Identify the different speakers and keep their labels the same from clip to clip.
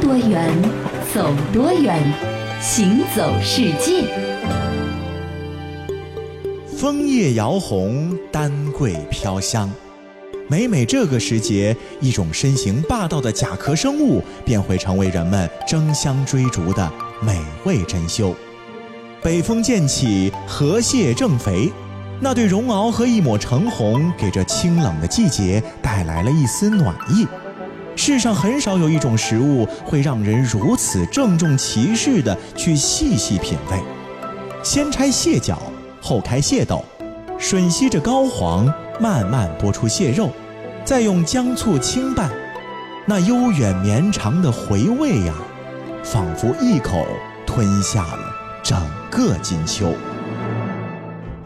Speaker 1: 多远，走多远，行走世界。
Speaker 2: 枫叶摇红，丹桂飘香。每每这个时节，一种身形霸道的甲壳生物便会成为人们争相追逐的美味珍馐。北风渐起，河蟹正肥，那对绒螯和一抹橙红，给这清冷的季节带来了一丝暖意。世上很少有一种食物会让人如此郑重其事地去细细品味。先拆蟹脚，后开蟹斗，吮吸着膏黄，慢慢剥出蟹肉，再用姜醋轻拌，那悠远绵长的回味呀、仿佛一口吞下了整个金秋。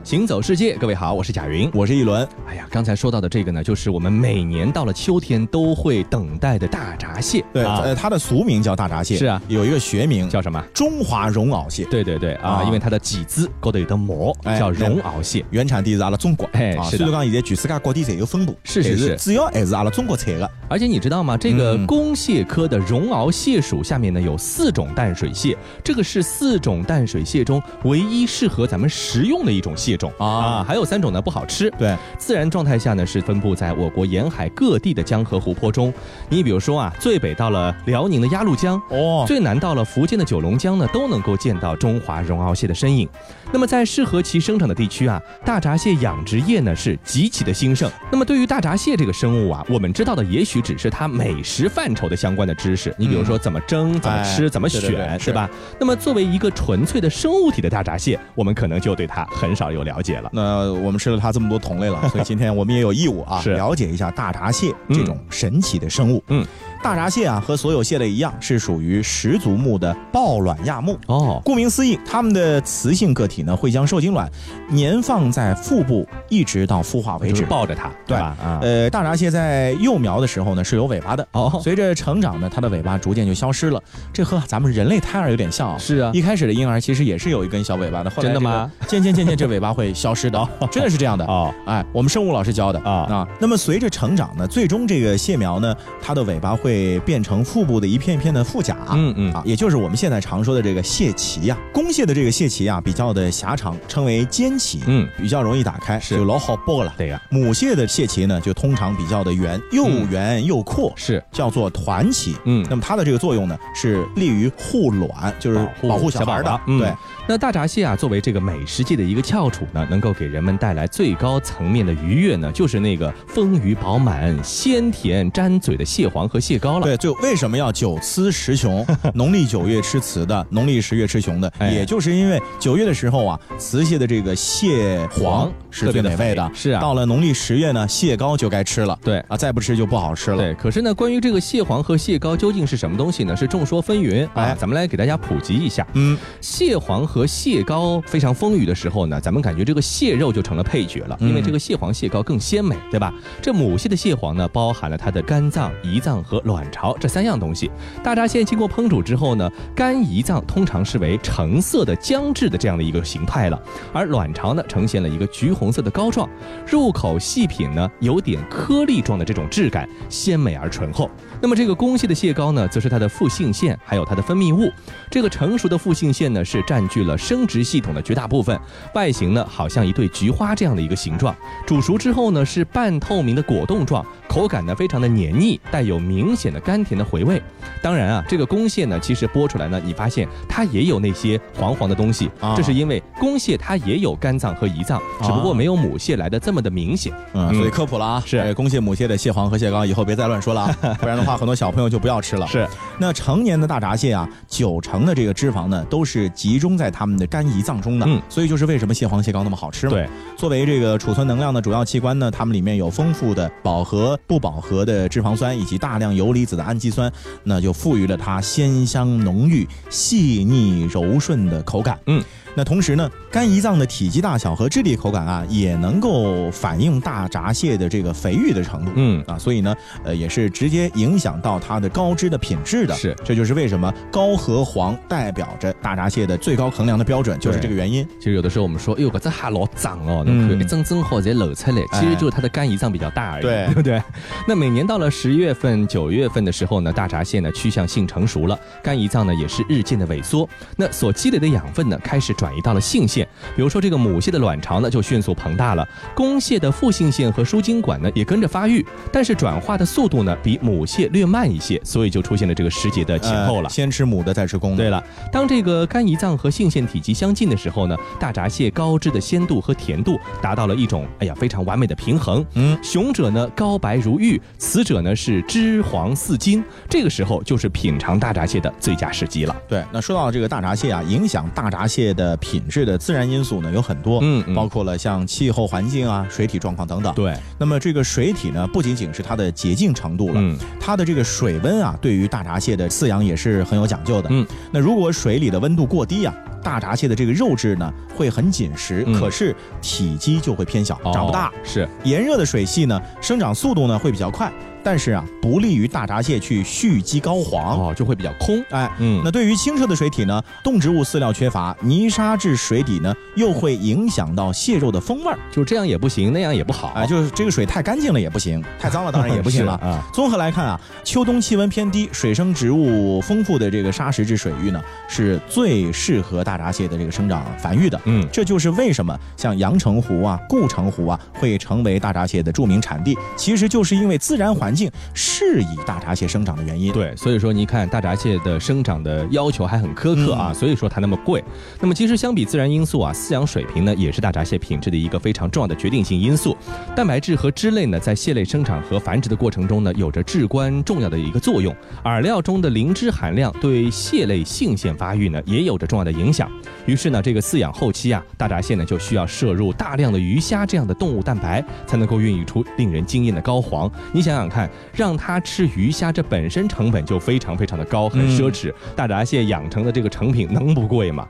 Speaker 3: 行走世界，各位好，我是贾云。
Speaker 2: 我是一轮，
Speaker 3: 哎呀，刚才说到的这个呢，就是我们每年到了秋天都会等待的大闸蟹。
Speaker 2: 对，
Speaker 3: 啊
Speaker 2: 呃，它的俗名叫大闸蟹，
Speaker 3: 是啊
Speaker 2: 有一个学名
Speaker 3: 叫什么？
Speaker 2: 中华绒螯蟹，
Speaker 3: 对对对啊，
Speaker 2: 啊
Speaker 3: 因为它的脊子高头有的膜，
Speaker 2: 哎
Speaker 3: 叫绒螯蟹。
Speaker 2: 原产地是阿拉中国。
Speaker 3: 哎
Speaker 2: 啊，
Speaker 3: 是
Speaker 2: 虽
Speaker 3: 的
Speaker 2: 然讲现在全世界各地侪有分布，
Speaker 3: 是是
Speaker 2: 但
Speaker 3: 是
Speaker 2: 主要还是阿拉中国产的。
Speaker 3: 而且你知道吗？这个
Speaker 2: 嗯
Speaker 3: 公蟹科的绒螯蟹属下面呢有四种淡水蟹，这个是四种淡水蟹中唯一适合咱们食用的一种蟹种
Speaker 2: 啊
Speaker 3: 还有三种呢不好吃。
Speaker 2: 对，
Speaker 3: 自然状态下呢是分布在我国沿海各地的江河湖泊中。你比如说啊，最北到了辽宁的鸭绿江，
Speaker 2: 哦，
Speaker 3: 最南到了福建的九龙江呢，都能够见到中华绒螯蟹的身影。那么在适合其生长的地区啊，大闸蟹养殖业呢是极其的兴盛。那么对于大闸蟹这个生物啊，我们知道的也许只是它美食范畴的相关的知识，你比如说怎么蒸、怎么吃、
Speaker 2: 嗯哎
Speaker 3: 怎么
Speaker 2: 对
Speaker 3: 选，
Speaker 2: 对对
Speaker 3: 是吧？那么作为一个纯粹的生物体的大闸蟹，我们可能就对它很少有了解了。
Speaker 2: 那我们吃了它这么多同类 了，所以今天我们也有义务啊，
Speaker 3: 是
Speaker 2: 了解一下大闸蟹这种神奇的生物。
Speaker 3: 嗯，
Speaker 2: 大闸蟹啊和所有蟹类一样，是属于石足目的抱卵亚目。
Speaker 3: 哦，
Speaker 2: 顾名思义，它们的雌性个体呢会将受精卵粘放在腹部，一直到孵化为
Speaker 3: 就是
Speaker 2: 止。
Speaker 3: 抱着它，
Speaker 2: 对
Speaker 3: 吧？啊，
Speaker 2: 呃，大闸蟹在幼苗的时候呢是有尾巴的，
Speaker 3: 哦，
Speaker 2: 随着成长呢，它的尾巴逐渐就消失了。这和咱们人类胎儿有点像啊。
Speaker 3: 是啊，
Speaker 2: 一开始的婴儿其实也是有一根小尾巴的，后来
Speaker 3: 真的
Speaker 2: 这个
Speaker 3: 吗？
Speaker 2: 渐渐渐渐，这尾巴会消失的，真的是这样的。
Speaker 3: 哦，
Speaker 2: 哎，我们生物老师教的
Speaker 3: 啊
Speaker 2: 那么随着成长呢，最终这个蟹苗呢，它的尾巴会变成腹部的一片一片的腹甲。
Speaker 3: 嗯嗯，
Speaker 2: 啊，也就是我们现在常说的这个蟹鳍呀、公蟹的这个蟹鳍啊，比较的狭长，称为尖鳍，
Speaker 3: 嗯，
Speaker 2: 比较容易打开，
Speaker 3: 是
Speaker 2: 就老好剥了。
Speaker 3: 对呀，
Speaker 2: 母蟹的蟹鳍呢，就通常比较的圆，又
Speaker 3: 嗯
Speaker 2: 圆又阔，
Speaker 3: 是，
Speaker 2: 叫做团鳍。
Speaker 3: 嗯。
Speaker 2: 那么它的这个作用呢，是利于护卵，就是保护小孩
Speaker 3: 宝
Speaker 2: 的
Speaker 3: 宝。嗯
Speaker 2: 对，
Speaker 3: 那大闸蟹啊，作为这个美食界的一个翘楚呢，能够给人们带来最高层面的愉悦呢，就是那个丰腴饱满、鲜甜沾嘴的蟹黄和蟹膏了。
Speaker 2: 对，就为什么要九雌十雄？ 农历九月吃雌的，农历十月吃雄的，
Speaker 3: 哎
Speaker 2: 也就是因为九月的时候啊，雌蟹的这个蟹黄是
Speaker 3: 特别
Speaker 2: 最
Speaker 3: 美
Speaker 2: 美味的。
Speaker 3: 是啊，
Speaker 2: 到了农历十月呢，蟹膏就该吃了。
Speaker 3: 对。
Speaker 2: 啊，再不吃就不好吃了。
Speaker 3: 对，可是呢，关于这个蟹黄和蟹膏究竟是什么东西呢？是众说纷纭啊
Speaker 2: 哎。
Speaker 3: 咱们来给大家普及一下，
Speaker 2: 嗯，
Speaker 3: 蟹黄和蟹膏非常丰腴的时候呢，咱们感觉这个蟹肉就成了配角了，因
Speaker 2: 嗯
Speaker 3: 为这个蟹黄、蟹膏更鲜美，对吧？这母蟹的蟹黄呢，包含了它的肝脏、胰脏和卵巢这三样东西。大闸蟹经过烹煮之后呢，肝、胰脏通常是为橙色的僵质的这样的一个形态了，而卵巢呢呈现了一个橘红色的膏状，入口细品呢有点颗粒状的这种质感，鲜美而醇厚。那么这个公蟹的蟹膏呢，则是它的复性腺还有它的分泌物。这个成熟的复性腺呢，是占据了生殖系统的绝大部分，外形呢好像一对菊花这样的一个形状。煮熟之后呢，是半透明的果冻状，口感呢非常的黏腻，带有明显的甘甜的回味。当然啊，这个公蟹呢，其实剥出来呢，你发现它也有那些黄黄的东西，
Speaker 2: 啊
Speaker 3: 这是因为公蟹它也有肝脏和胰脏，只
Speaker 2: 哦
Speaker 3: 不过没有母蟹来的这么的明显。
Speaker 2: 嗯，
Speaker 3: 嗯
Speaker 2: 所以科普了啊，
Speaker 3: 是
Speaker 2: 呃公蟹、母蟹的蟹黄和蟹膏，以后别再乱说了 啊，不然的话，很多小朋友就不要吃了。
Speaker 3: 是，
Speaker 2: 那成年的大闸蟹啊，九成的这个脂肪呢，都是集中在它们的肝胰脏中的。
Speaker 3: 嗯
Speaker 2: 所以就是为什么蟹黄、蟹膏那么好吃嘛。
Speaker 3: 对，
Speaker 2: 作为这个储存能量的主要器官呢，它们里面有丰富的饱和、不饱和的脂肪酸以及大量游离子的氨基酸，那就赋予了它鲜香浓郁、细腻柔顺的口感。
Speaker 3: 嗯。
Speaker 2: 那同时呢，肝胰脏的体积大小和质地口感啊，也能够反映大闸蟹的这个肥育的程度。
Speaker 3: 嗯，
Speaker 2: 啊，所以呢，呃，也是直接影响到它的高脂的品质的。
Speaker 3: 是
Speaker 2: 这就是为什么高和黄代表着大闸蟹的最高衡量的标准，就是这个原因。
Speaker 3: 其实有的时候我们说，哎呦，搿只虾老脏哦，侬看
Speaker 2: 嗯哎
Speaker 3: 一蒸蒸好侪漏出来，其实就是它的肝胰脏比较大而已，
Speaker 2: 对
Speaker 3: 对不对？那每年到了十月份、九月份的时候呢，大闸蟹呢趋向性成熟了，肝胰脏呢也是日渐的萎缩，那所积累的养分呢开始转移到了性腺，比如说这个母蟹的卵巢呢就迅速膨大了，公蟹的副性腺和输精管呢也跟着发育，但是转化的速度呢比母蟹略慢一些，所以就出现了这个时节的前后了
Speaker 2: 呃。先吃母的，再吃公的。
Speaker 3: 对了，当这个肝胰脏和性腺体积相近的时候呢，大闸蟹高脂的鲜度和甜度达到了一种哎呀非常完美的平衡。
Speaker 2: 嗯，
Speaker 3: 雄者呢高白如玉，雌者呢是脂黄似金，这个时候就是品尝大闸蟹的最佳时机了。
Speaker 2: 对，那说到这个大闸蟹啊，影响大闸蟹的品质的自然因素呢有很多，
Speaker 3: 嗯嗯
Speaker 2: 包括了像气候环境啊、水体状况等等。，
Speaker 3: 对，
Speaker 2: 那么这个水体呢，不仅仅是它的洁净程度了，
Speaker 3: 嗯
Speaker 2: 它的这个水温啊，对于大闸蟹的饲养也是很有讲究的。
Speaker 3: 嗯，
Speaker 2: 那如果水里的温度过低啊，大闸蟹的这个肉质呢会很紧实，
Speaker 3: 嗯
Speaker 2: 可是体积就会偏小，长不大。
Speaker 3: 哦是
Speaker 2: 炎热的水系呢，生长速度呢会比较快，但是啊，不利于大闸蟹去蓄积膏黄。
Speaker 3: 哦，就会比较空。
Speaker 2: 哎，
Speaker 3: 嗯
Speaker 2: 那对于清澈的水体呢，动植物饲料缺乏，泥沙至水底呢，又会影响到蟹肉的风味儿。
Speaker 3: 就这样也不行，那样也不好，
Speaker 2: 哎，就是这个水太干净了也不行，太脏了当然也不行了
Speaker 3: 是。啊。
Speaker 2: 综合来看啊，秋冬气温偏低、水生植物丰富的这个沙石质水域呢，是最适合大闸蟹的这个生长繁育的。
Speaker 3: 嗯，
Speaker 2: 这就是为什么像阳澄湖啊、固城湖啊会成为大闸蟹的著名产地，其实就是因为自然环境适宜大闸蟹生长的原因。，
Speaker 3: 对，所以说你看大闸蟹的生长的要求还很苛刻啊，
Speaker 2: 嗯
Speaker 3: 所以说它那么贵。那么其实相比自然因素啊，饲养水平呢也是大闸蟹品质的一个非常重要的决定性因素。蛋白质和脂类呢，在蟹类生长和繁殖的过程中呢，有着至关重要的一个作用。饵料中的磷脂含量对蟹类性腺发育呢，也有着重要的影响。于是呢，这个饲养后期啊，大闸蟹呢就需要摄入大量的鱼虾这样的动物蛋白，才能够孕育出令人惊艳的膏黄。你想想看，让它吃鱼虾，这本身成本就非常非常的高，很
Speaker 2: 嗯
Speaker 3: 奢侈。大闸蟹养成的这个成品能不贵吗？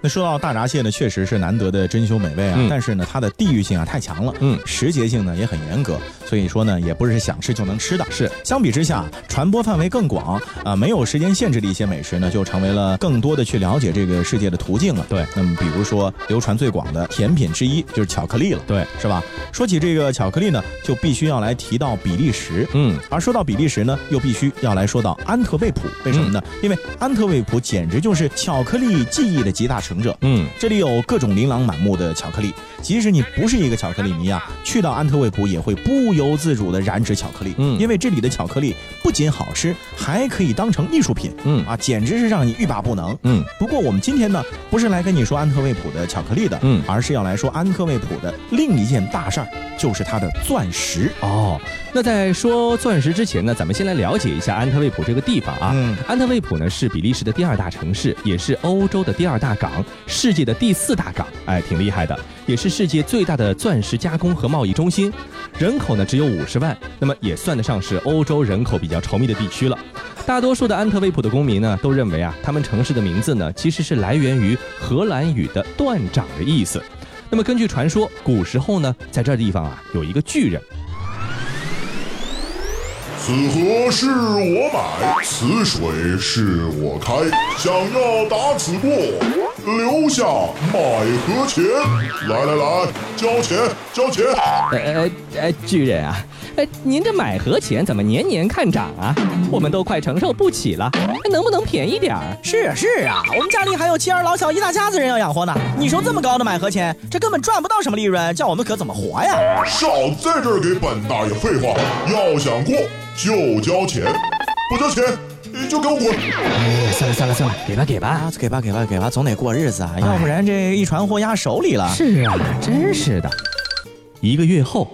Speaker 2: 那说到大闸蟹呢，确实是难得的珍馐美味啊，
Speaker 3: 嗯
Speaker 2: 但是呢，它的地域性啊太强了，
Speaker 3: 嗯
Speaker 2: 时节性呢也很严格，所以说呢，也不是想吃就能吃的。
Speaker 3: 是，
Speaker 2: 相比之下，传播范围更广啊、没有时间限制的一些美食呢，就成为了更多的去了解这个世界的途径了。
Speaker 3: 对
Speaker 2: 那么比如说流传最广的甜品之一就是巧克力了，
Speaker 3: 对，
Speaker 2: 是吧？说起这个巧克力呢，就必须要来提到比利时。
Speaker 3: 嗯，
Speaker 2: 而说到比利时呢，又必须要来说到安特卫普，为什么
Speaker 3: 嗯
Speaker 2: 呢？因为安特卫普简直就是巧克力技艺的集大成者。
Speaker 3: 嗯。
Speaker 2: 这里有各种琳琅满目的巧克力，即使你不是一个巧克力迷啊，去到安特卫普也会不由自主地染指巧克力。
Speaker 3: 嗯
Speaker 2: 因为这里的巧克力不仅好吃，还可以当成艺术品。
Speaker 3: 嗯
Speaker 2: 啊，简直是让你欲罢不能。
Speaker 3: 嗯，
Speaker 2: 不过我们今天呢，不是来跟你说安特卫普的巧克力的，
Speaker 3: 嗯
Speaker 2: 而是要来说安特卫普的另一件大事儿，就是它的钻石
Speaker 3: 哦，那在说钻石之前呢，咱们先来了解一下安特卫普这个地方啊。
Speaker 2: 嗯
Speaker 3: 安特卫普呢是比利时的第二大城市，也是欧洲的第二大港，世界的第四大港，哎，挺厉害的，也是世界最大的钻石加工和贸易中心，人口呢只有五十万，那么也算得上是欧洲人口比较稠密的地区了。大多数的安特卫普的公民呢，都认为啊，他们城市的名字呢，其实是来源于荷兰语的“断掌”的意思。那么根据传说，古时候呢，在这地方啊，有一个巨人，
Speaker 4: 此河是我买，此水是我开。想要打此过，留下买和钱。来来来，交钱，交钱。
Speaker 3: 呃呃呃，巨人啊，哎，您这买和钱怎么年年看涨啊？我们都快承受不起了，哎能不能便宜点儿？
Speaker 5: 是啊是啊，我们家里还有妻儿老小一大家子人要养活呢。你说这么高的买和钱，这根本赚不到什么利润，叫我们可怎么活呀？
Speaker 4: 少在这儿给本大爷废话！要想过就交钱，不交钱你就给我滚！
Speaker 5: 哎，算了算了算了，给吧给吧。
Speaker 2: 啊，给吧给吧给吧，总得过日子啊，要不然这一船货压手里了。
Speaker 3: 哎是啊，真是的。一个月后，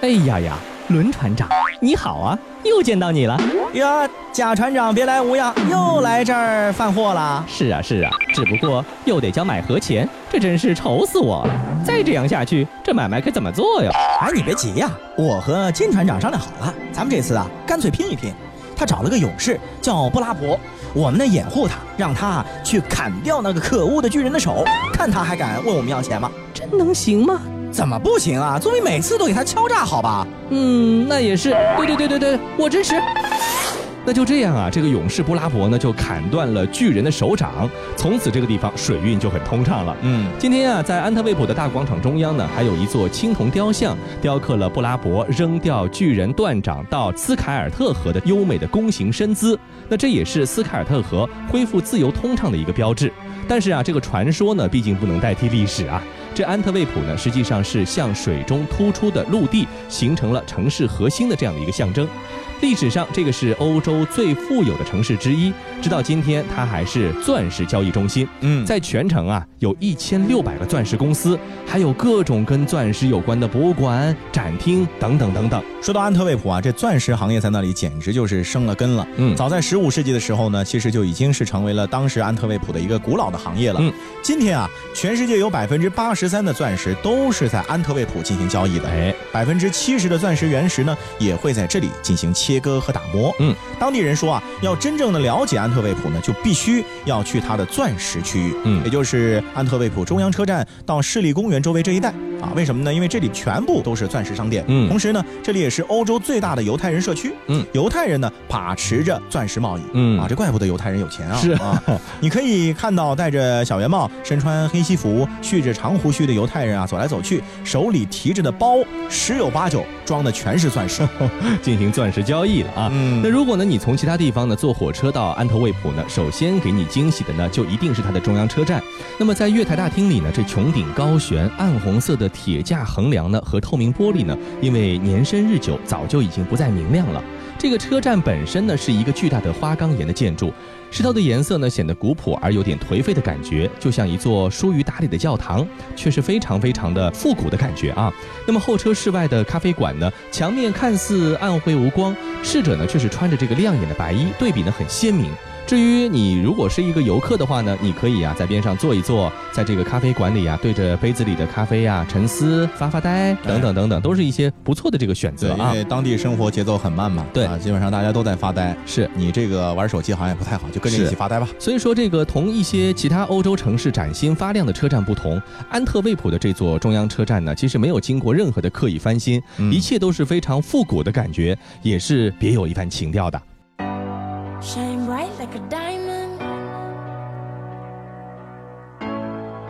Speaker 3: 哎呀呀，轮船长，你好啊，又见到你了。
Speaker 5: 呀，贾船长别来无恙，又来这儿贩货了。
Speaker 3: 是啊是啊，只不过又得交买和钱，这真是愁死我了。再这样下去，这买卖可怎么做呀？
Speaker 5: 哎，你别急呀、我和金船长商量好了，咱们这次啊，干脆拼一拼。他找了个勇士叫布拉伯，我们呢掩护他，让他啊去砍掉那个可恶的巨人的手，看他还敢问我们要钱吗？
Speaker 3: 真能行吗？
Speaker 5: 怎么不行啊？总比每次都给他敲诈好吧？
Speaker 3: 嗯，那也是。对对对对对，我支持。那就这样啊，这个勇士布拉伯呢就砍断了巨人的手掌，从此这个地方水运就很通畅了。
Speaker 2: 嗯，
Speaker 3: 今天啊，在安特卫普的大广场中央呢，还有一座青铜雕像，雕刻了布拉伯扔掉巨人断掌到斯凯尔特河的优美的弓形身姿。那这也是斯凯尔特河恢复自由通畅的一个标志。但是啊，这个传说呢，毕竟不能代替历史啊。这安特卫普呢，实际上是向水中突出的陆地，形成了城市核心的这样的一个象征。历史上，这个是欧洲最富有的城市之一，直到今天，它还是钻石交易中心。
Speaker 2: 嗯，
Speaker 3: 在全城啊，有一千六百个钻石公司，还有各种跟钻石有关的博物馆、展厅等等等等。
Speaker 2: 说到安特卫普啊，这钻石行业在那里简直就是生了根了。
Speaker 3: 嗯
Speaker 2: 早在十五世纪的时候呢，其实就已经是成为了当时安特卫普的一个古老的行业了。
Speaker 3: 嗯，
Speaker 2: 今天啊，全世界有百分之八十三的钻石都是在安特卫普进行交易的。
Speaker 3: 哎，
Speaker 2: 百分之七十的钻石原石呢，也会在这里进行切割和打磨。
Speaker 3: 嗯，
Speaker 2: 当地人说啊，要真正的了解安特卫普呢，就必须要去它的钻石区域，
Speaker 3: 嗯
Speaker 2: 也就是安特卫普中央车站到市立公园周围这一带啊。为什么呢？因为这里全部都是钻石商店。
Speaker 3: 嗯
Speaker 2: 同时呢，这里也是欧洲最大的犹太人社区。
Speaker 3: 嗯，
Speaker 2: 犹太人呢把持着钻石贸易。
Speaker 3: 嗯
Speaker 2: 啊，这怪不得犹太人有钱啊。
Speaker 3: 是
Speaker 2: 啊，你可以看到戴着小圆帽、身穿黑西服、蓄着长胡须的犹太人啊，走来走去，手里提着的包十有八九装的全是钻石。
Speaker 3: 进行钻石交易了啊。
Speaker 2: 嗯
Speaker 3: 那如果呢，你从其他地方呢坐火车到安特卫普呢，首先给你惊喜的呢，就一定是它的中央车站。那么在月台大厅里呢，这穹顶高悬，暗红色的铁架横梁呢和透明玻璃呢，因为年深日久，早就已经不再明亮了。这个车站本身呢是一个巨大的花岗岩的建筑，石头的颜色呢显得古朴而有点颓废的感觉，就像一座疏于打理的教堂，却是非常非常的复古的感觉啊。那么候车室外的咖啡馆呢，墙面看似暗灰无光，侍者呢却是穿着这个亮眼的白衣，对比呢很鲜明。至于你如果是一个游客的话呢，你可以啊在边上坐一坐，在这个咖啡馆里啊，对着杯子里的咖啡啊沉思、发发呆等等等等，都是一些不错的这个选
Speaker 2: 对，
Speaker 3: 择
Speaker 2: 因
Speaker 3: 啊。
Speaker 2: 为当地生活节奏很慢嘛，
Speaker 3: 对
Speaker 2: 啊，基本上大家都在发呆。
Speaker 3: 是，
Speaker 2: 你这个玩手机好像也不太好，就跟着
Speaker 3: 是
Speaker 2: 一起发呆吧。
Speaker 3: 所以说，这个同一些其他欧洲城市崭新发亮的车站不同，安特卫普的这座中央车站呢，其实没有经过任何的刻意翻新，
Speaker 2: 嗯
Speaker 3: 一切都是非常复古的感觉，也是别有一番情调的。
Speaker 6: Shine bright like a diamond.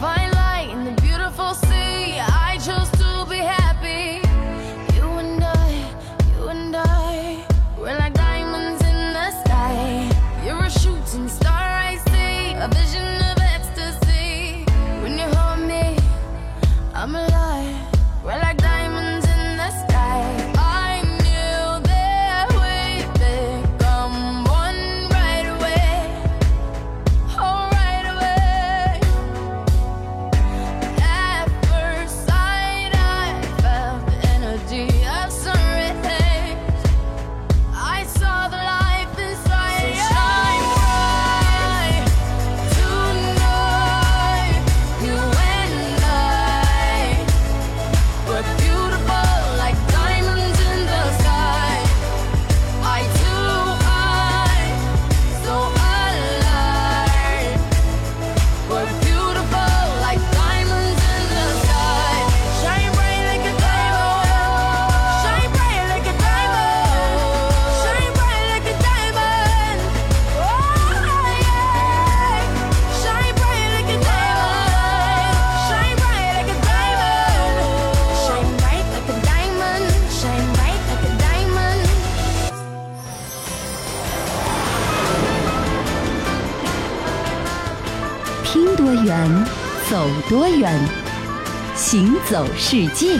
Speaker 6: Find light in the beautiful sea. I chose to be happy. You and I, you and I, we're like diamonds in the sky. You're a shooting star, I see. A vision of ecstasy. When you hold me, I'm alive. We're like diamonds in the sky. I knew that we'd become one right away. Oh, right away. At first sight, I felt the energy of sunrise. I saw the life inside. So shine bright tonight. You and I. We're beautiful like diamonds in the sky. I too high, so alive. We're beautiful like diamonds in the sky. Shine bright like a diamond. Shine bright like a diamond. Shine bright like a diamond. Oh yeah. Shine bright like a diamond. Shine bright like a diamond. Shine bright like a diamond. Shine bright like a diamond.
Speaker 1: 《听多远，走多远》，行走世界。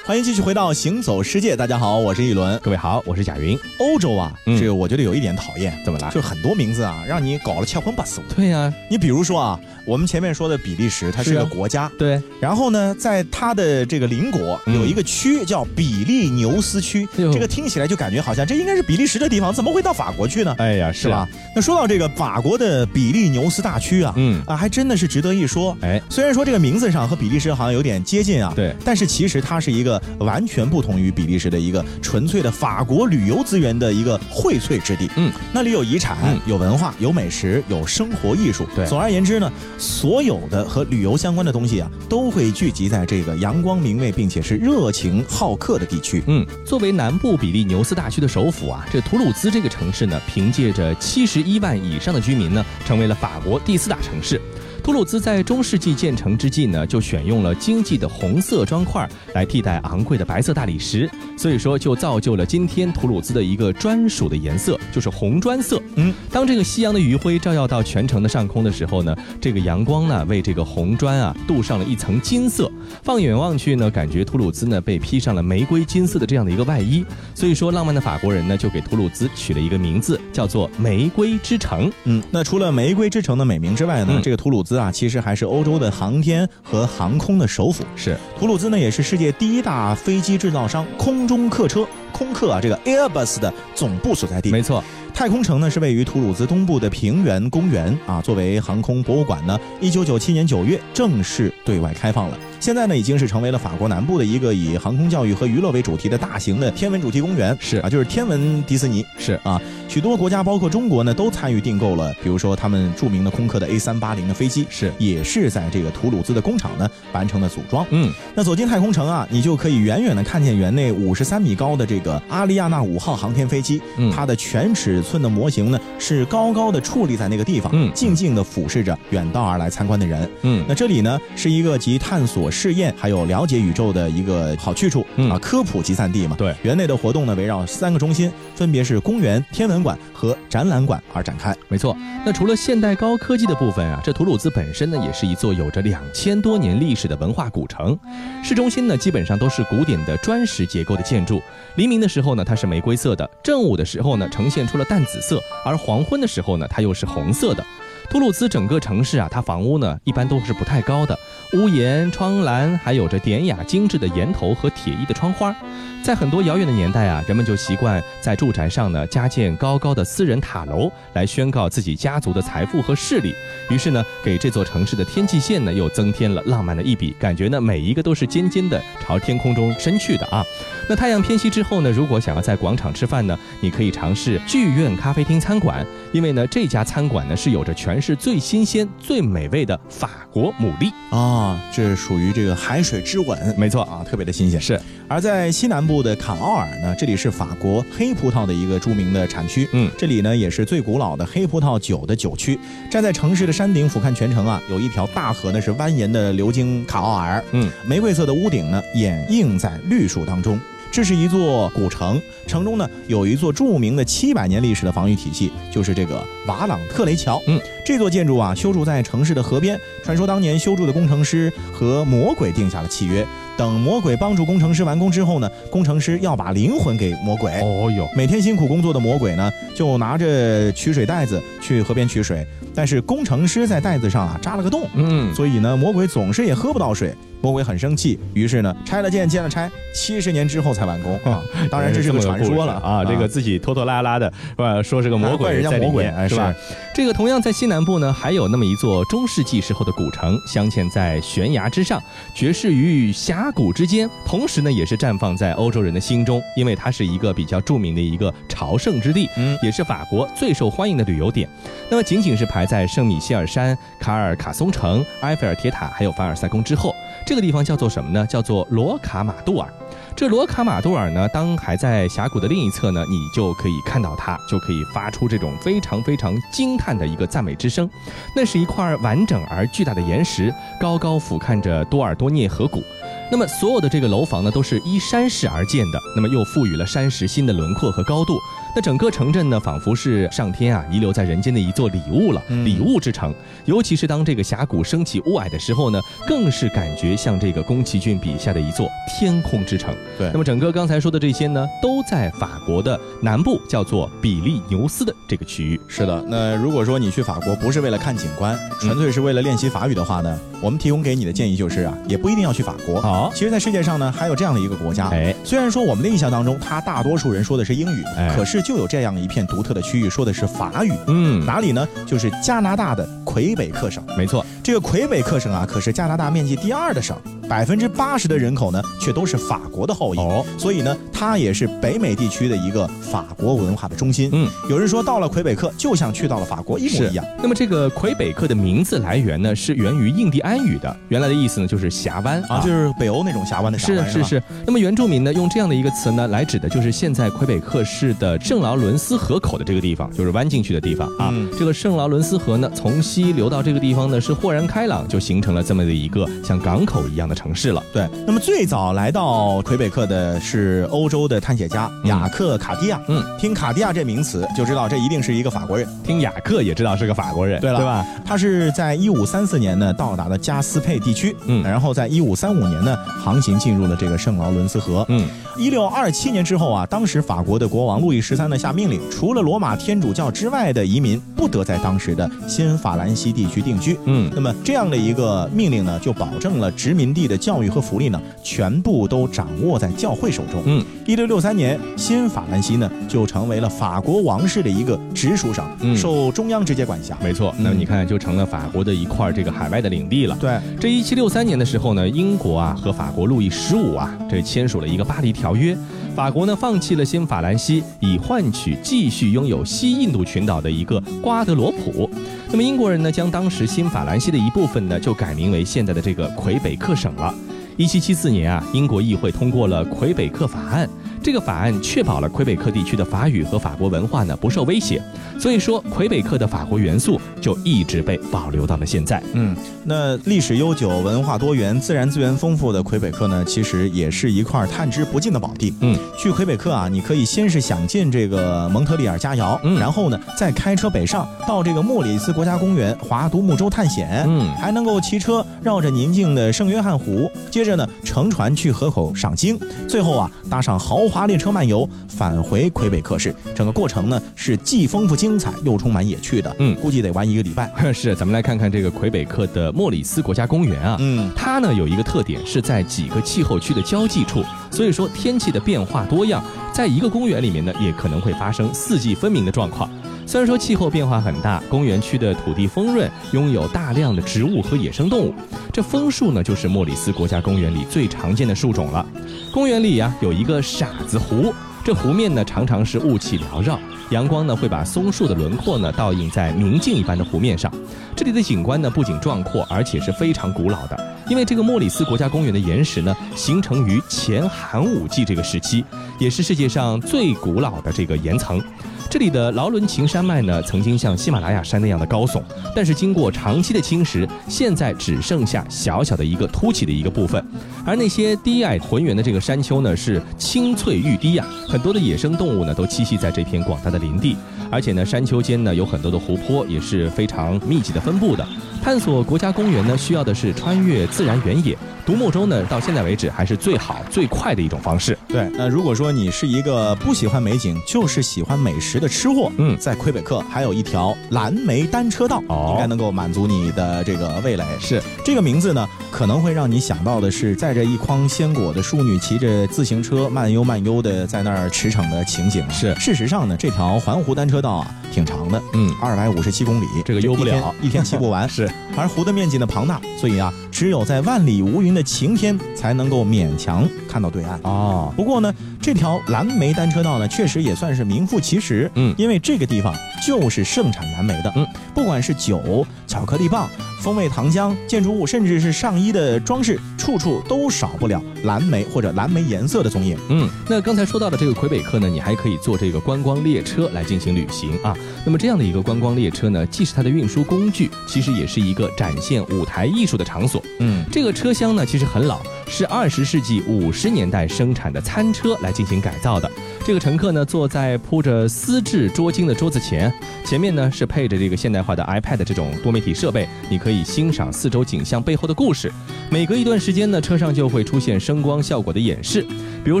Speaker 2: 欢迎继续回到《行走世界》，大家好，我是一轮。
Speaker 3: 各位好，我是贾云。
Speaker 2: 欧洲啊，
Speaker 3: 嗯
Speaker 2: 这个我觉得有一点讨厌，
Speaker 3: 怎么啦
Speaker 2: 就是很多名字啊，让你搞了七荤八素。
Speaker 3: 对呀、
Speaker 2: 你比如说啊，我们前面说的比利时，它是
Speaker 3: 是
Speaker 2: 个
Speaker 3: 啊
Speaker 2: 国家，
Speaker 3: 对，
Speaker 2: 然后呢，在它的这个邻国
Speaker 3: 嗯
Speaker 2: 有一个区叫比利牛斯区，
Speaker 3: 哎呦
Speaker 2: 这个听起来就感觉好像这应该是比利时的地方，怎么会到法国去呢？
Speaker 3: 哎呀，
Speaker 2: 是吧？？那说到这个法国的比利牛斯大区啊，
Speaker 3: 嗯
Speaker 2: 啊，还真的是值得一说。
Speaker 3: 哎，
Speaker 2: 虽然说这个名字上和比利时好像有点接近啊，
Speaker 3: 对
Speaker 2: 但是其实它是一个完全不同于比利时的一个纯粹的法国旅游资源的一个荟萃之地。
Speaker 3: 嗯，
Speaker 2: 那里有遗产、
Speaker 3: 嗯
Speaker 2: 有文化、有美食、有生活艺术。
Speaker 3: 对
Speaker 2: 总而言之呢，所有的和旅游相关的东西啊，都会聚集在这个阳光明媚并且是热情好客的地区。
Speaker 3: 嗯，作为南部比利牛斯大区的首府啊，这图鲁兹这个城市呢，凭借着七十一万以上的居民呢，成为了法国第四大城市。图鲁兹在中世纪建成之际呢，就选用了经济的红色砖块来替代昂贵的白色大理石，所以说就造就了今天图鲁兹的一个专属的颜色，就是红砖色。
Speaker 2: 嗯，
Speaker 3: 当这个夕阳的余晖照耀到全城的上空的时候呢，这个阳光呢为这个红砖啊镀上了一层金色，放眼望去呢，感觉图鲁兹呢被披上了玫瑰金色的这样的一个外衣，所以说浪漫的法国人呢就给图鲁兹取了一个名字，叫做玫瑰之城。
Speaker 2: 嗯，那除了玫瑰之城的美名之外呢，
Speaker 3: 嗯
Speaker 2: 这个图鲁兹啊，其实还是欧洲的航天和航空的首府。
Speaker 3: 是，
Speaker 2: 图鲁兹呢，也是世界第一大飞机制造商空中客车空客啊这个 Airbus 的总部所在地。
Speaker 3: 没错，
Speaker 2: 太空城呢是位于图鲁兹东部的平原公园啊，作为航空博物馆呢，一九九七年九月正式对外开放了。现在呢，已经是成为了法国南部的一个以航空教育和娱乐为主题的大型的天文主题公园，
Speaker 3: 是
Speaker 2: 啊，就是天文迪士尼。
Speaker 3: 是
Speaker 2: 啊，许多国家包括中国呢都参与订购了，比如说他们著名的空客的 A 三八零的飞机，
Speaker 3: 是
Speaker 2: 也是在这个图鲁兹的工厂呢完成了组装。
Speaker 3: 嗯，
Speaker 2: 那走进太空城啊，你就可以远远的看见园内五十三米高的这个阿利亚纳五号航天飞机，
Speaker 3: 嗯
Speaker 2: 它的全尺寸的模型呢是高高的矗立在那个地方，
Speaker 3: 嗯
Speaker 2: 静静的俯视着远道而来参观的人。
Speaker 3: 嗯
Speaker 2: 那这里呢是一个集探索、试验还有了解宇宙的一个好去处、
Speaker 3: 嗯
Speaker 2: 啊，科普集散地嘛。
Speaker 3: 对
Speaker 2: 园内的活动呢围绕三个中心，分别是公园、天文馆和展览馆而展开。
Speaker 3: 没错，那除了现代高科技的部分啊，这图鲁兹本身呢，也是一座有着两千多年历史的文化古城。市中心呢，基本上都是古典的砖石结构的建筑。黎明的时候呢，它是玫瑰色的；正午的时候呢，呈现出了淡紫色；而黄昏的时候呢，它又是红色的。图鲁兹整个城市啊，它房屋呢一般都是不太高的，屋檐、窗栏还有着典雅精致的檐头和铁艺的窗花。在很多遥远的年代啊，人们就习惯在住宅上呢加建高高的私人塔楼，来宣告自己家族的财富和势力。于是呢，给这座城市的天际线呢又增添了浪漫的一笔，感觉呢每一个都是尖尖的朝天空中伸去的啊。那太阳偏西之后呢，如果想要在广场吃饭呢，你可以尝试剧院咖啡厅餐馆，因为呢这家餐馆呢是有着全市最新鲜、最美味的法国牡蛎。
Speaker 2: 啊，这属于这个海水之吻，
Speaker 3: 没错
Speaker 2: 啊，特别的新鲜。
Speaker 3: 是，
Speaker 2: 而在西南部的坎奥尔呢，这里是法国黑葡萄的一个著名的产区。
Speaker 3: 嗯
Speaker 2: 这里呢也是最古老的黑葡萄酒的酒区。站在城市的山顶俯瞰全城啊，有一条大河呢是蜿蜒的流经坎奥尔。
Speaker 3: 嗯，
Speaker 2: 玫瑰色的屋顶呢掩映在绿树当中。这是一座古城，城中呢有一座著名的七百年历史的防御体系，就是这个瓦朗特雷桥。
Speaker 3: 嗯，
Speaker 2: 这座建筑啊修筑在城市的河边，传说当年修筑的工程师和魔鬼定下了契约，等魔鬼帮助工程师完工之后呢，工程师要把灵魂给魔鬼。
Speaker 3: 哦哟，
Speaker 2: 每天辛苦工作的魔鬼呢，就拿着取水袋子去河边取水，但是工程师在袋子上啊扎了个洞，
Speaker 3: 嗯，
Speaker 2: 所以呢，魔鬼总是也喝不到水。魔鬼很生气，于是呢，拆了建，建了拆，七十年之后才完工。啊， 当哎然这是个传说了
Speaker 3: 啊，哦这个自己拖拖拉拉的，是吧？说是个魔
Speaker 2: 怪
Speaker 3: 鬼
Speaker 2: 人家
Speaker 3: 在里
Speaker 2: 魔鬼哎
Speaker 3: 面，吧
Speaker 2: 是？
Speaker 3: 这个同样在西南部呢，还有那么一座中世纪时候的古城，镶嵌在悬崖之上，绝世于峡谷之间，同时呢，也是绽放在欧洲人的心中，因为它是一个比较著名的一个朝圣之地，
Speaker 2: 嗯
Speaker 3: 也是法国最受欢迎的旅游点。那么仅仅是排在圣米歇尔山、卡尔卡松城、埃菲尔铁塔还有凡尔赛宫之后，这个地方叫做什么呢？叫做罗卡马杜尔。这罗卡马杜尔呢，当还在峡谷的另一侧呢，你就可以看到它，就可以发出这种非常非常惊叹的一个赞美之声。那是一块完整而巨大的岩石，高高俯瞰着多尔多涅河谷。那么所有的这个楼房呢，都是依山势而建的，那么又赋予了山石新的轮廓和高度。那整个城镇呢，仿佛是上天啊遗留在人间的一座礼物了，
Speaker 2: 嗯
Speaker 3: 礼物之城。尤其是当这个峡谷升起雾霭的时候呢，更是感觉像这个宫崎骏笔下的一座天空之城。
Speaker 2: 对
Speaker 3: 那么整个刚才说的这些呢，都在法国的南部，叫做比利牛斯的这个区域。
Speaker 2: 是的，那如果说你去法国不是为了看景观，纯粹是为了练习法语的话呢，我们提供给你的建议就是啊，也不一定要去法国。
Speaker 3: 好
Speaker 2: 其实，在世界上呢，还有这样的一个国家，
Speaker 3: 哎
Speaker 2: 虽然说我们的印象当中，它大多数人说的是英语，
Speaker 3: 哎
Speaker 2: 可是就有这样一片独特的区域说的是法语。
Speaker 3: 嗯，
Speaker 2: 哪里呢？就是加拿大的魁北克省。
Speaker 3: 没错，
Speaker 2: 这个魁北克省啊，可是加拿大面积第二的省，百分之八十的人口呢，却都是法国的后裔。
Speaker 3: 哦
Speaker 2: 所以呢，它也是北美地区的一个法国文化的中心。
Speaker 3: 嗯，
Speaker 2: 有人说到了魁北克就像去到了法国一模
Speaker 3: 是
Speaker 2: 一样。。
Speaker 3: 那么这个魁北克的名字来源呢，是源于印第安语的，原来的意思呢就是峡湾
Speaker 2: 啊，就是北欧那种峡湾的峡
Speaker 3: 是
Speaker 2: 湾
Speaker 3: 是
Speaker 2: 吧
Speaker 3: 是，那么原住民呢，用这样的一个词呢，来指的就是现在魁北克市的圣劳伦斯河口的这个地方，就是弯进去的地方啊。
Speaker 2: 嗯
Speaker 3: 这个圣劳伦斯河呢，从西流到这个地方呢，是豁然开朗，就形成了这么的一个像港口一样的城市了。
Speaker 2: 对，那么最早来到魁北克的是欧洲的探险家雅克·卡地亚。
Speaker 3: 嗯，
Speaker 2: 听卡地亚这名词就知道这一定是一个法国人。
Speaker 3: 听雅克也知道是个法国人，
Speaker 2: 对了，
Speaker 3: 吧？？
Speaker 2: 他是在一五三四年呢到达的加斯佩地区，
Speaker 3: 嗯
Speaker 2: 然后在一五三五年呢航行进入了这个圣劳伦斯河。
Speaker 3: 嗯，
Speaker 2: 一六二七年之后啊，当时法国的国王路易十三呢下命令，除了罗马天主教之外的移民不得在当时的新法兰西地区定居。
Speaker 3: 嗯
Speaker 2: 那么这样的一个命令呢，就保证了殖民地的教育和福利呢，全部都掌握在教会手中。
Speaker 3: 嗯，
Speaker 2: 一六六三年，新法兰西呢就成为了法国王室的一个直属省，
Speaker 3: 嗯
Speaker 2: 受中央直接管辖。
Speaker 3: 没错。那么
Speaker 2: 嗯
Speaker 3: 你看，就成了法国的一块这个海外的领地了。
Speaker 2: 对，
Speaker 3: 这一七六三年的时候呢，英国啊和法国路易十五啊这签署了一个巴黎条约，法国呢放弃了新法兰西，以换取继续拥有西印度群岛的一个瓜德罗普。那么英国人呢将当时新法兰西的一部分呢就改名为现在的这个魁北克省了。一七七四年啊，英国议会通过了魁北克法案。这个法案确保了魁北克地区的法语和法国文化呢不受威胁，所以说魁北克的法国元素就一直被保留到了现在。
Speaker 2: 嗯，那历史悠久、文化多元、自然资源丰富的魁北克呢，其实也是一块探之不尽的宝地。
Speaker 3: 嗯，
Speaker 2: 去魁北克啊，你可以先是想进这个蒙特利尔佳肴，
Speaker 3: 嗯
Speaker 2: 然后呢，再开车北上到这个莫里斯国家公园划独木舟探险，
Speaker 3: 嗯
Speaker 2: 还能够骑车绕着宁静的圣约翰湖，接着呢，乘船去河口赏鲸，最后啊，搭上豪华列车漫游返回魁北克市。整个过程呢，是既丰富精彩又充满野趣的。
Speaker 3: 嗯
Speaker 2: 估计得玩一个礼拜。
Speaker 3: 是，咱们来看看这个魁北克的莫里斯国家公园啊。
Speaker 2: 嗯。
Speaker 3: 它呢有一个特点，是在几个气候区的交际处，所以说天气的变化多样，在一个公园里面呢，也可能会发生四季分明的状况。虽然说气候变化很大，公园区的土地丰润，拥有大量的植物和野生动物。这枫树呢，就是莫里斯国家公园里最常见的树种了。公园里呀、有一个傻子湖，这湖面呢常常是雾气缭绕，阳光呢会把松树的轮廓呢倒映在明镜一般的湖面上。这里的景观呢不仅壮阔，而且是非常古老的。因为这个莫里斯国家公园的岩石呢，形成于前寒武纪这个时期，也是世界上最古老的这个岩层。这里的劳伦琴山脉呢，曾经像喜马拉雅山那样的高耸，但是经过长期的侵蚀，现在只剩下小小的一个凸起的一个部分。而那些低矮浑圆的这个山丘呢，是青翠欲滴呀、很多的野生动物呢都栖息在这片广大的林地，而且呢，山丘间呢有很多的湖泊，也是非常密集的分布的。探索国家公园呢，需要的是穿越自然原野，独木舟呢，到现在为止还是最好最快的一种方式。
Speaker 2: 对，那如果说你是一个不喜欢美景，就是喜欢美食的吃货，
Speaker 3: 嗯
Speaker 2: 在魁北克还有一条蓝莓单车道，
Speaker 3: 哦
Speaker 2: 应该能够满足你的这个味蕾。
Speaker 3: 是，
Speaker 2: 这个名字呢，可能会让你想到的是载着一筐鲜果的淑女骑着自行车慢悠慢悠的在那儿驰骋的情景啊。
Speaker 3: 是
Speaker 2: 事实上呢，这条环湖单车道啊，挺长的，
Speaker 3: 嗯
Speaker 2: 二百五十七公里，
Speaker 3: 这个悠不
Speaker 2: 一天
Speaker 3: 了
Speaker 2: 一天骑不完。
Speaker 3: 是，
Speaker 2: 而湖的面积呢庞大，所以啊，只有在万里无云的晴天才能够勉强看到对岸。
Speaker 3: 哦，
Speaker 2: 不过呢，这条蓝莓单车道呢，确实也算是名副其实。
Speaker 3: 嗯
Speaker 2: 因为这个地方就是盛产蓝莓的。
Speaker 3: 嗯，
Speaker 2: 不管是酒、巧克力棒、风味糖浆、建筑物，甚至是上衣的装饰，处处都少不了蓝莓或者蓝莓颜色的踪影。
Speaker 3: 嗯，那刚才说到的这个魁北克呢，你还可以坐这个观光列车来进行旅行啊。那么这样的一个观光列车呢，既是它的运输工具，其实也是一个展现舞台艺术的场所。
Speaker 2: 嗯，
Speaker 3: 这个车厢呢，其实很老，是二十世纪五十年代生产的餐车来进行改造的。这个乘客呢，坐在铺着丝质桌巾的桌子前，前面呢是配着这个现代化的 iPad 这种多媒体设备，你可以欣赏四周景象背后的故事。每隔一段时间呢，车上就会出现声光效果的演示，比如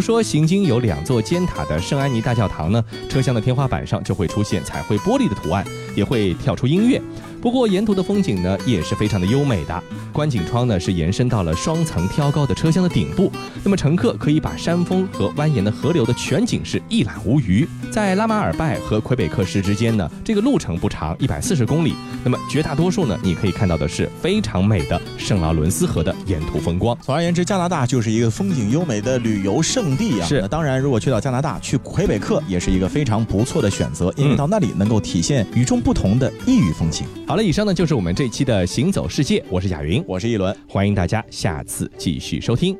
Speaker 3: 说行经有两座尖塔的圣安妮大教堂呢，车厢的天花板上就会出现彩绘玻璃的图案，也会跳出音乐。不过沿途的风景呢也是非常的优美的，观景窗呢是延伸到了双层挑高的车厢的顶部，那么乘客可以把山峰和蜿蜒的河流的全景是一览无余。在拉马尔拜和魁北克市之间呢，这个路程不长，一百四十公里，那么绝大多数呢你可以看到的是非常美的圣劳伦斯河的沿途风光。
Speaker 2: 总而言之，加拿大就是一个风景优美的旅游胜地啊。
Speaker 3: 是
Speaker 2: 那当然，如果去到加拿大，去魁北克也是一个非常不错的选择，因为
Speaker 3: 嗯
Speaker 2: 到那里能够体现与众不同的异域风情。
Speaker 3: 好了，以上呢就是我们这期的行走世界，我是贾云，
Speaker 2: 我是一轮。
Speaker 3: 欢迎大家下次继续收听。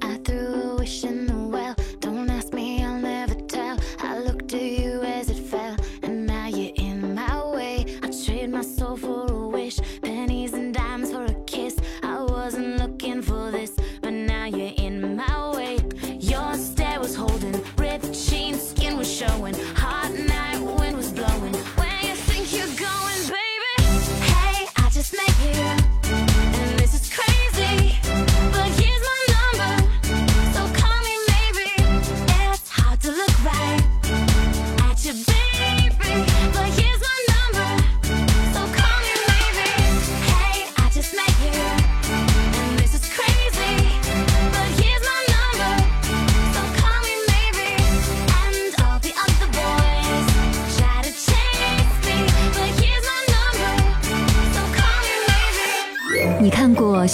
Speaker 6: I threw a wish in the well. Don't ask me, I'll never tell. I looked to you as it fell, and now you're in my way. I trade my soul for a wish, pennies and dimes for a kiss. I wasn't looking for this, but now you're in my way. Your stare was holding, ripped jeans, skin was showing. Hot night, wind was blowing. Where you think you're going, baby? Hey, I just met you. And this is crazy, but here's my number, so call me maybe. It's hard to look right at your baby, but here's my number, so call me maybe. Hey, I just met you, and this is crazy, but here's my number, so call me maybe. And all the other boys try to chase me, but here's my number, so call me maybe.
Speaker 1: 你看过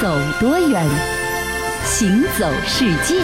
Speaker 1: 走多远，行走世界。